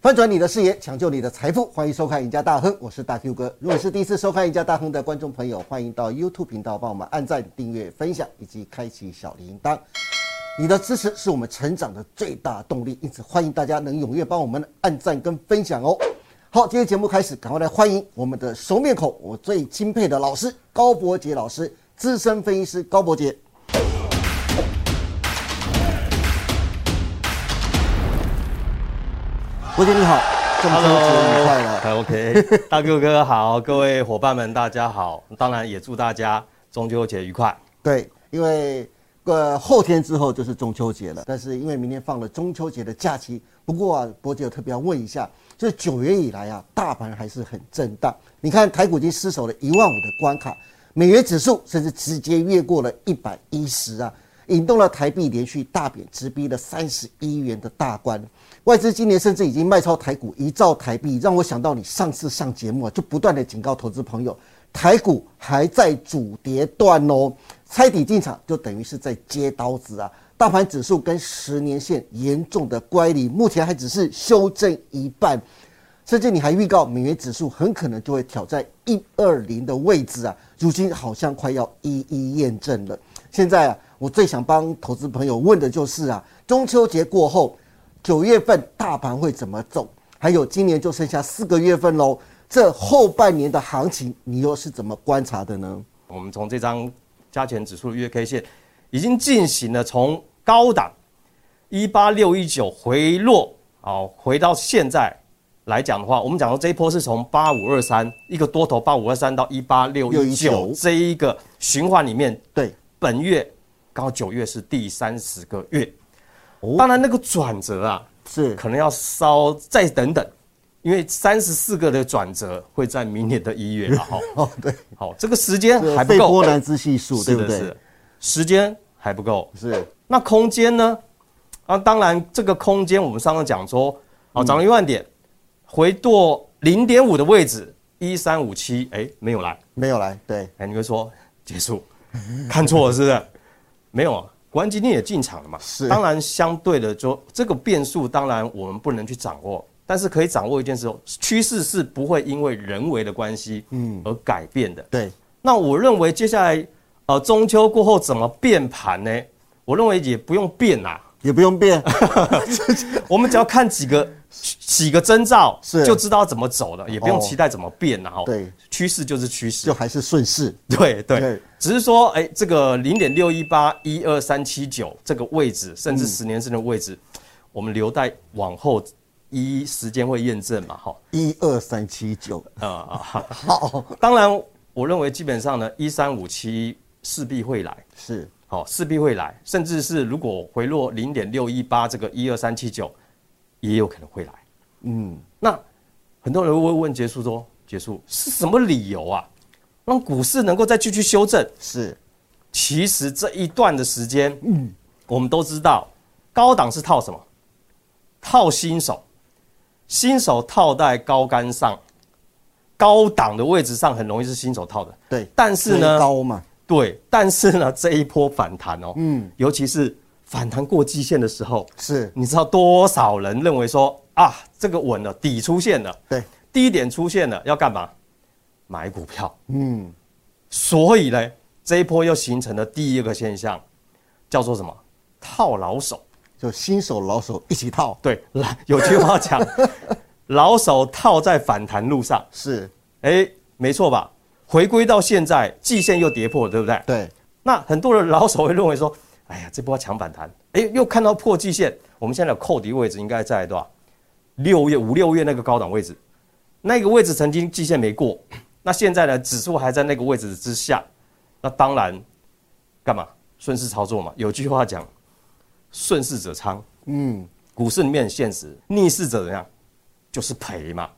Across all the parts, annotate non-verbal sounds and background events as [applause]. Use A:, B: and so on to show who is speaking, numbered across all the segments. A: 翻转你的视野，抢救你的财富，欢迎收看《赢家大亨》，我是大 Q 哥。如果是第一次收看《赢家大亨》的观众朋友，欢迎到 YouTube 频道帮我们按赞、订阅、分享以及开启小铃铛。你的支持是我们成长的最大动力，因此欢迎大家能踊跃帮我们按赞跟分享哦。好，今天节目开始，赶快来欢迎我们的熟面孔，我最钦佩的老师高伯杰老师，资深分析师高伯杰。伯杰你好，中秋节愉快乐。
B: 哎 OK，大 Q 哥好，各位伙伴们大家好，当然也祝大家中秋节愉快。
A: 对，因为呃后天之后就是中秋节了，但是因为明天放了中秋节的假期，不过啊，伯杰有特别要问一下，就是九月以来啊，大盘还是很震荡。你看台股已经失守了一万五的关卡，美元指数甚至直接越过了一百一十啊，引动了台币连续大贬，直逼了三十一元的大关。外资今年甚至已经卖超台股一兆台币，让我想到你上次上节目啊，就不断的警告投资朋友，台股还在主跌段哦，猜底进场就等于是在接刀子啊。大盘指数跟十年线严重的乖离，目前还只是修正一半，甚至你还预告美元指数很可能就会挑战一二零的位置啊，如今好像快要一一验证了。现在啊，我最想帮投资朋友问的就是啊，中秋节过后。九月份大盘会怎么走？还有今年就剩下四个月份喽，这后半年的行情你又是怎么观察的呢？
B: 我们从这张加权指数的月 K 线，已经进行了从高档一八六一九回落，好，回到现在来讲的话，我们讲到这一波是从八五二三一个多头八五二三到一八六一九
A: 619
B: 这一个循环里面，
A: 对，
B: 本月刚好九月是第三十个月，
A: 哦
B: 当然那个转折啊，
A: 是
B: 可能要稍再等等，因为三十四个的转折会在明年的一月
A: [laughs]
B: 了哈。
A: 哦，对，
B: 好，这个时间
A: 这个
B: 还不
A: 费
B: 够，
A: [laughs] 波兰兹系数，对
B: 是
A: 不
B: 的，
A: 对？
B: 是的，时间还不够。
A: 是
B: 那空间呢？啊，当然这个空间我们上次讲说，啊，涨了一万点，回堕零点五的位置，一三五七，哎，没有来，
A: 没有来，对，
B: 哎，你会说结束， [laughs] 看错了是不是？没有啊，国安基金也进场了嘛。
A: 是
B: 当然相对的就这个变数，当然我们不能去掌握，但是可以掌握一件事哦，趋势是不会因为人为的关系嗯而改变的。
A: 对，
B: 那我认为接下来呃中秋过后怎么变盘呢？我认为也不用变啦、
A: 也不用变，
B: 我们只要看几
A: [laughs]
B: 个几个征兆，
A: 是
B: 就知道怎么走了，也不用
A: 哦
B: 期待怎么变啦、哦。
A: 对，
B: 趋势就是趋势
A: 就。还是顺势，
B: [laughs] 对
A: 对
B: 对，只是说，哎，这个零点六一八一二三七九这个位置，甚至十年线的位置，我们留待往后一时间会验证嘛，哈，
A: 一二三七九，
B: 啊啊，
A: 好，
B: 当然，我认为基本上呢，一三五七势必会来，
A: 是
B: 好，势必会来，甚至是如果回落零点六一八这个一二三七九，也有可能会来，嗯，那很多人会问结束说，结束是什么理由啊，让股市能够再继续修正？
A: 是，
B: 其实这一段的时间，嗯，我们都知道，高档是套什么？套新手，新手套在高杆上，高档的位置上很容易是新手套的。
A: 对，
B: 但是呢
A: 追高嘛，
B: 对，但是呢，这一波反弹哦，嗯，尤其是反弹过季线的时候，
A: 是
B: 你知道多少人认为说啊，这个稳了，底出现了，
A: 对，
B: 低点出现了，要干嘛？买股票。嗯，所以呢，这一波又形成了第一个现象，叫做什么？套老手。
A: 就新手老手一起套，
B: 对，来有句话讲，老手套在反弹路上。
A: 是，
B: 哎，没错吧？回归到现在，季线又跌破了，对不对？
A: 对，
B: 那很多人老手会认为说， [laughs] 哎呀，这波强反弹，哎，又看到破季线，我们现在的扣底位置应该在多少？六月五六月那个高档位置，那个位置曾经季线没过，那现在呢，指数还在那个位置之下，那当然干嘛顺势操作嘛？有句话讲，顺势者昌，嗯，股市里面很现实，逆势者怎样，就是赔嘛。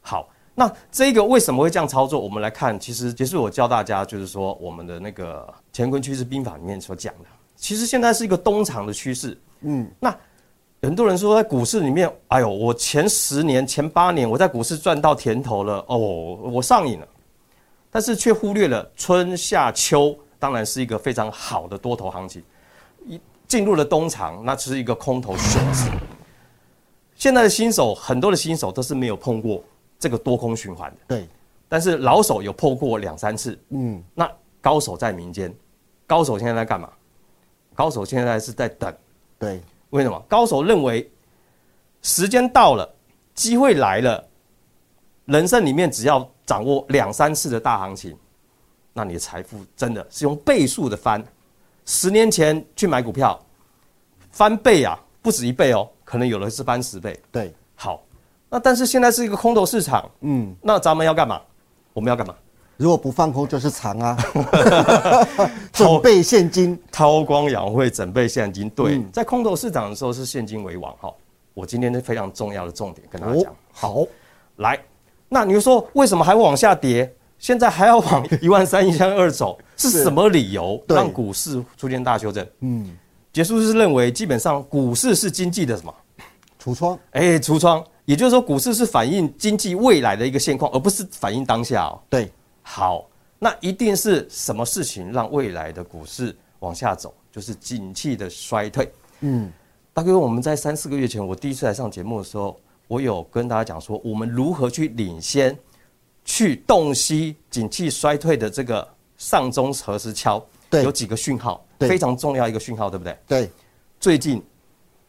B: 好，那这个为什么会这样操作？我们来看，其实结束我教大家，就是说我们的那个乾坤趋势兵法里面所讲的，其实现在是一个东厂的趋势。嗯，那很多人说在股市里面，哎呦，我前十年、前八年我在股市赚到甜头了，哦，我上瘾了，但是却忽略了春夏秋，当然是一个非常好的多头行情。一进入了冬藏，那是一个空头熊市。现在的新手很多的新手都是没有碰过这个多空循环的，
A: 对，
B: 但是老手有碰过两三次。
A: 嗯，
B: 那高手在民间，高手现在在干嘛？高手现在是在等，
A: 对，
B: 为什么？高手认为时间到了，机会来了，人生里面只要掌握两三次的大行情，那你的财富真的是用倍数的翻。十年前去买股票，翻倍啊，不止一倍哦，可能有的是翻十倍。
A: 对，
B: 好，那但是现在是一个空头市场，
A: 嗯，
B: 那咱们要干嘛？我们要干嘛？
A: 如果不放空就是藏
B: [laughs]
A: 啊， [laughs] 准备现金，
B: 韬光养晦，准备现金。对，
A: 嗯
B: 在空头市场的时候是现金为王哈。我今天是非常重要的重点跟大家
A: 哦
B: 讲。，
A: 好，
B: 来，那你说为什么还往下跌？现在还要
A: [laughs]
B: 往一万三、一万二走，是
A: 是
B: 什么理由
A: 对
B: 让股市出现大修正？
A: 嗯，
B: 结束是认为基本上股市是经济的什么？
A: 橱窗，
B: 哎，橱窗，也就是说股市是反映经济未来的一个现况，而不是反映当下、哦。
A: 对，
B: 好，那一定是什么事情让未来的股市往下走？就是景气的衰退。
A: 嗯，
B: 大概我们在三四个月前，我第一次来上节目的时候，我有跟大家讲说，我们如何去领先，去洞悉景气衰退的这个上中何时敲，
A: 对
B: 有几个讯号，
A: 对
B: 非常重要一个讯号，对不对？
A: 对，[laughs]
B: 最近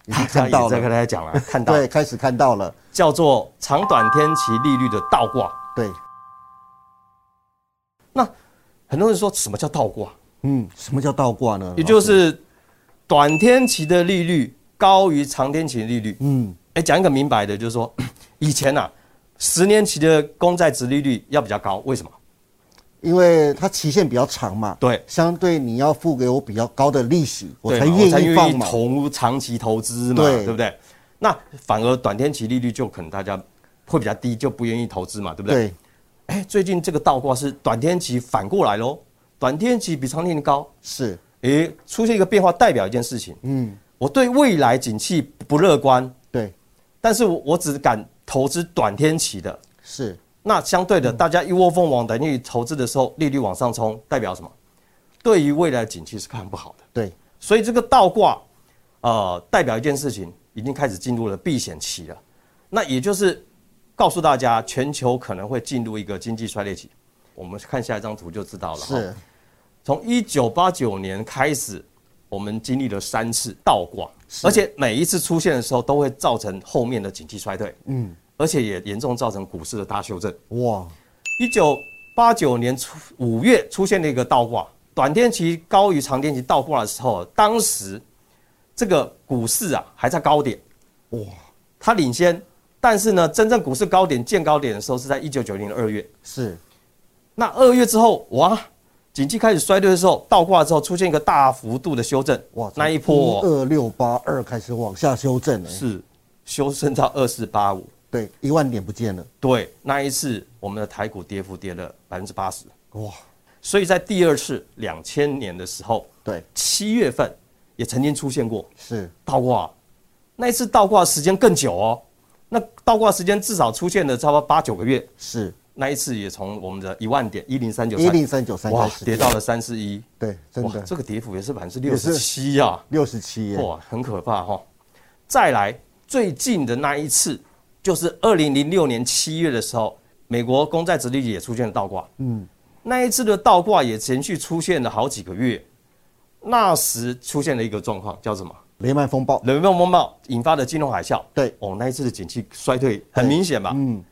A: 已经看到
B: 大家也在跟
A: 了，
B: 大家
A: [laughs]
B: 讲了，看到
A: 对，开始看到了，
B: 叫做长短天期利率的倒挂。
A: 对，
B: 很多人说什么叫倒挂？
A: 嗯，什么叫倒挂呢？
B: 也就是短天期的利率高于长天期的利率。
A: 嗯，
B: 哎，讲一个明白的，就是说 [clears throat] 以前啊，十年期的公债值利率要比较高，为什么？
A: 因为它期限比较长嘛，
B: 对
A: 相对你要付给我比较高的利息，我
B: 对
A: 才
B: 嘛
A: 愿意放嘛，
B: 投入长期投资嘛，
A: 对
B: 对不对？那反而短天期利率就可能大家会比较低，就不愿意投资嘛，对不对？
A: 对，
B: 哎，最近这个倒挂是短天期反过来喽，短天期比长天期高，
A: 是，
B: 哎，出现一个变化，代表一件事情，
A: 嗯，
B: 我对未来景气不乐观，
A: 对，
B: 但是我我只敢投资短天期的，
A: 是，
B: 那相对的，大家一窝蜂往等利率投资的时候，利率往上冲，代表什么？对于未来的景气是看不好的。
A: 对，
B: 所以这个倒挂，呃，代表一件事情，已经开始进入了避险期了。那也就是告诉大家，全球可能会进入一个经济衰退期。我们看下一张图就知道了。哈
A: 是，
B: 从一九八九年开始，我们经历了三次倒挂，而且每一次出现的时候，都会造成后面的景气衰退。嗯，而且也严重造成股市的大修正。
A: 哇，
B: 一九八九年初五月出现了一个倒挂，短天期高于长天期倒挂的时候，当时这个股市啊还在高点，
A: 哇，
B: 它领先。但是呢，真正股市高点见高点的时候是在一九九零年二月。
A: 是，
B: 那二月之后，哇，景气开始衰退的时候，倒挂之后出现一个大幅度的修正，
A: 哇
B: 哇，，那一波哦、
A: 二六八二开始往下修正了，欸
B: 是修正到二四八五。
A: 对，一万点不见了，
B: 对，那一次我们的台股跌幅跌了百分之八十，
A: 哇，
B: 所以在第二次两千年的时候，
A: 对，
B: 七月份也曾经出现过
A: 是，
B: 倒挂，那一次倒挂时间更久哦，那倒挂时间至少出现了差不多八九个月，
A: 是，
B: 那一次也从我们的一万点一零三九
A: 一零三九三
B: 哇
A: 开始
B: 跌到了三四一，
A: 对，真
B: 哇，
A: 的
B: 这个跌幅也是百分之
A: 也
B: 六
A: 是
B: 十七呀，
A: 六十七耶，
B: 哇，很可怕哈、再来最近的那一次，就是二零零六年七月的时候，美国公债殖利率也出现了倒挂。嗯，那一次的倒挂也连续出现了好几个月。那时出现了一个状况，叫什么？
A: 雷曼风暴，
B: 人民币风暴引发的金融海啸。
A: 对
B: 哦，那一次的景气衰退很明显吧？嗯，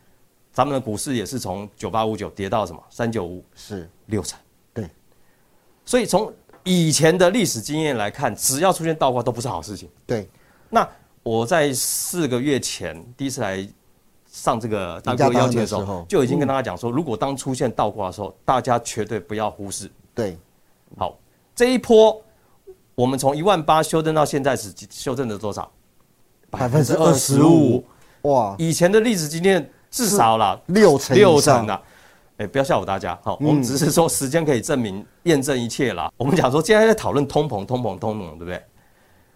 B: 咱们的股市也是从九八五九跌到什么三九五
A: 是，
B: 六成。
A: 对，
B: 所以从以前的历史经验来看，只要出现倒挂都不是好事情。
A: 对，
B: 那我在四个月前第一次来上这个大哥邀请
A: 你家当的
B: 的时
A: 时候
B: 候，就已经跟大家讲说，如果当出现倒挂的时候，大家绝对不要忽视。
A: 对，
B: 好，这一波我们从一万八修正到现在是修正了多少？
A: 25%。哇，
B: 以前的历史经验至少啦
A: 六成以上
B: 六成啦。哎，不要吓唬大家，
A: 嗯
B: 好，我们只是说时间可以证明、验证一切啦。 [laughs] 我们讲说，现在在讨论通膨、通膨、通膨，对不对？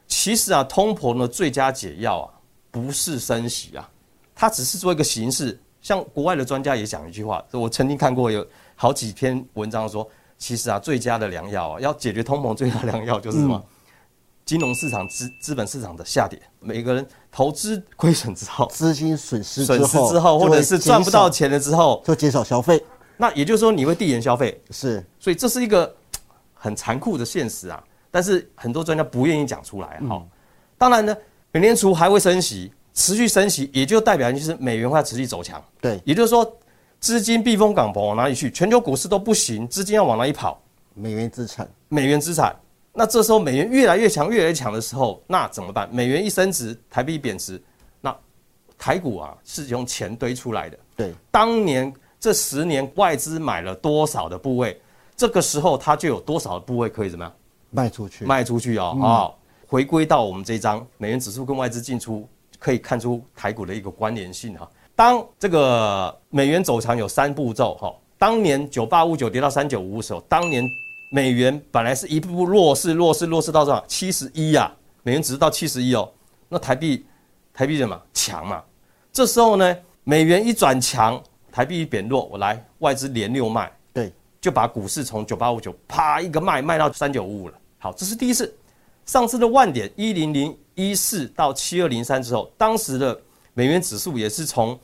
B: 其实啊，通膨的最佳解药啊，不是升息啊，它只是做一个形式。像国外的专家也讲一句话，我曾经看过有好几
A: 嗯
B: 篇文章说，其实啊，最佳的良药啊，要解决通膨最佳的良药就是什么？金融市场资资本市场的下跌，每个人投资亏损之后，
A: 资金损失
B: 损
A: 之
B: 失
A: 后，
B: 之后，或者是赚不到
A: 就
B: 钱了之后
A: 会减少，，就减少消费，
B: 那也就是说你会递延消费，
A: 是
B: 所以这是一个嘖很残酷的现实啊。但是很多专家不愿意讲出来啊哈、当然呢，美联储还会升息，持续升息，也就代表就是美元会持续走强。
A: 对，
B: 也就是说，资金避风港跑往哪里去？全球股市都不行，资金要往哪里跑？
A: 美元资产
B: 美元资产。那这时候美元越来越强，越来越强的时候，那怎么办？美元一升值，台币贬值，那台股啊是用钱堆出来的。
A: 对
B: 当年这十年外资买了多少的部位，这个时候它就有多少的部位可以怎么样？
A: 卖出去，
B: 卖出去哦，啊、回归到我们这一章美元指数跟外资进出，可以看出台股的一个关联性哈、当这个美元走强有三步骤哈、当年九八五九跌到三九五的时候，当年美元本来是一步步弱势弱势弱势到多少？七十一啊，美元指数到七十一哦，那台币台币怎么强嘛？这时候呢，美元一转强，台币一贬弱，我来外资连六卖，
A: 对
B: 就把股市从九八五九啪一个卖卖到三九五五了。好，这是第一次。上次的万点一零零一四到七二零三之后，当时的美元指数也是从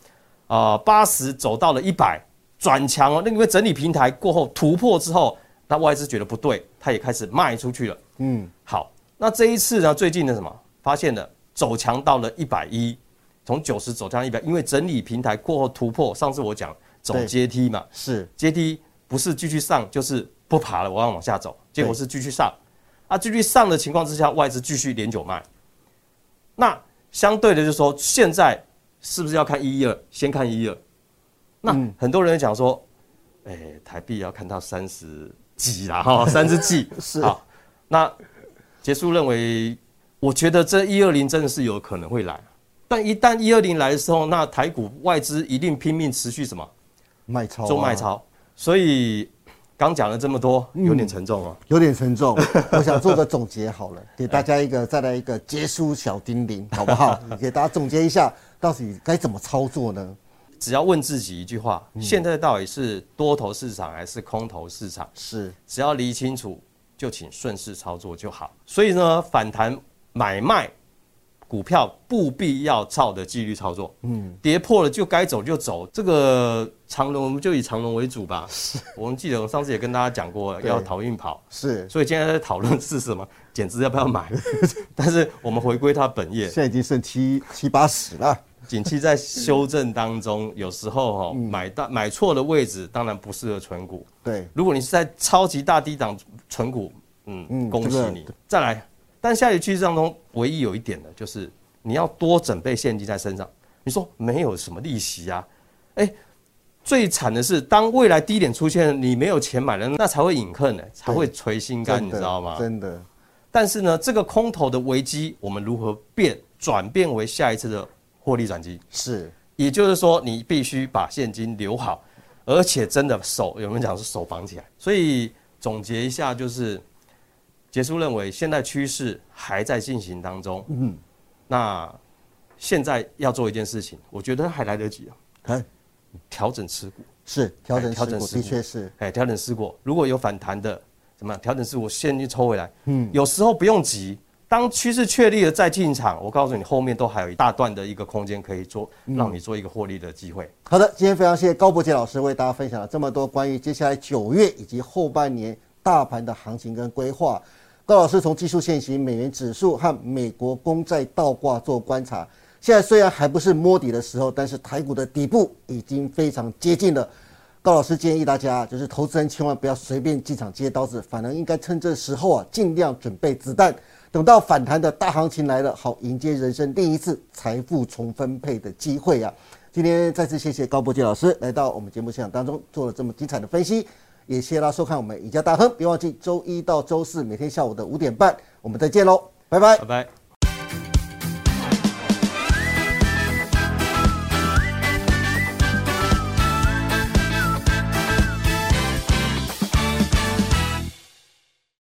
B: 呃八十走到了一百，转强哦。那因为整理平台过后突破之后，那外资觉得不对，它也开始卖出去了。
A: 嗯，
B: 好，那这一次呢，最近的什么发现了走强到了一百一，从九十走强一百，因为整理平台过后突破。上次我讲走
A: 对
B: 阶梯嘛，
A: 是
B: 阶梯不是继续上就是不爬了，我要往下走，结果是继续上，啊，继续上的情况之下，外资继续连九卖，那相对的就是说，现在是不是要看一一二？先看一一二，那很多人讲说，哎、台币要看到三十几啦，哈，三十几
A: 是
B: 好，那结束认为，我觉得这一二零真的是有可能会来。但一旦一二零来的时候，那台股外资一定拼命持续什么
A: 卖超、啊
B: 做卖，超，所以刚讲了这么多，有点沉重哦。
A: 有点沉
B: [laughs]
A: 重。我想做个总结好了，给大
B: 哎
A: 家一个再来一个结束小叮咛，好不
B: [laughs]
A: 好？给大家总结一下，到底该怎么操作呢？
B: 只要问自己一句话：现在到底是多头市场还是空头市场？
A: 是
B: 只要理清楚，就请顺势操作就好。所以呢，反弹买卖股票不必要照的纪律操作，嗯，跌破了就该走就走。这个长龙，我们就以长龙为主吧。我们记得我上次也跟大家讲过，
A: 对
B: 要逃运跑。
A: 是，
B: 所以今天在讨论是什么，减资要不要买？ [laughs] 但是我们回归它本业
A: 现，在已经剩七七八十了，
B: 景气在修正当中，有时候哈、哦
A: 嗯
B: 买到买错的位置，当然不适合存股。
A: 对，
B: 如果你是在超级大低档存股，嗯，
A: 嗯
B: 恭喜
A: 这个
B: 你。再来，但下雨趋势当中，唯一有一点的就是你要多准备现金在身上。你说没有什么利息啊？哎，最惨的是，当未来低点出现，你没有钱买了，那才会隐恨呢、才会捶心肝，你
A: 真的
B: 知道吗？
A: 真的
B: 但是呢，这个空头的危机，我们如何变转变为下一次的获利转机？
A: 是
B: 也就是说，你必须把现金留好，而且真的手有人讲是手绑起来。所以总结一下，就是杰叔认为现在趋势还在进行当中。嗯，那现在要做一件事情，我觉得还来得及啊，
A: 哎，
B: 调整持股。
A: 是调整
B: 哎调
A: 持
B: 整
A: 股，
B: 持股
A: 的确是
B: 哎，调整试过，如果有反弹的，怎么样？调整试过，现金抽回来。嗯，有时候不用急，当趋势确立了再进场，我告诉你，后面都还有一大段的一个空间可以做，让你做一个获利的机会。
A: 好的，今天非常谢谢高博杰老师为大家分享了这么多关于接下来九月以及后半年大盘的行情跟规划。高老师从技术现行、美元指数和美国公债倒挂做观察。现在虽然还不是摸底的时候，但是台股的底部已经非常接近了。高老师建议大家，就是投资人千万不要随便进场接刀子，反而应该趁这时候啊，尽量准备子弹，等到反弹的大行情来了，好迎接人生另一次财富重分配的机会啊！今天再次谢谢高博杰老师来到我们节目现场当中，做了这么精彩的分析，也谢谢大家收看我们赢家大亨，别忘记周一到周四每天下午的五点半，我们再见喽，拜拜
B: 拜。拜。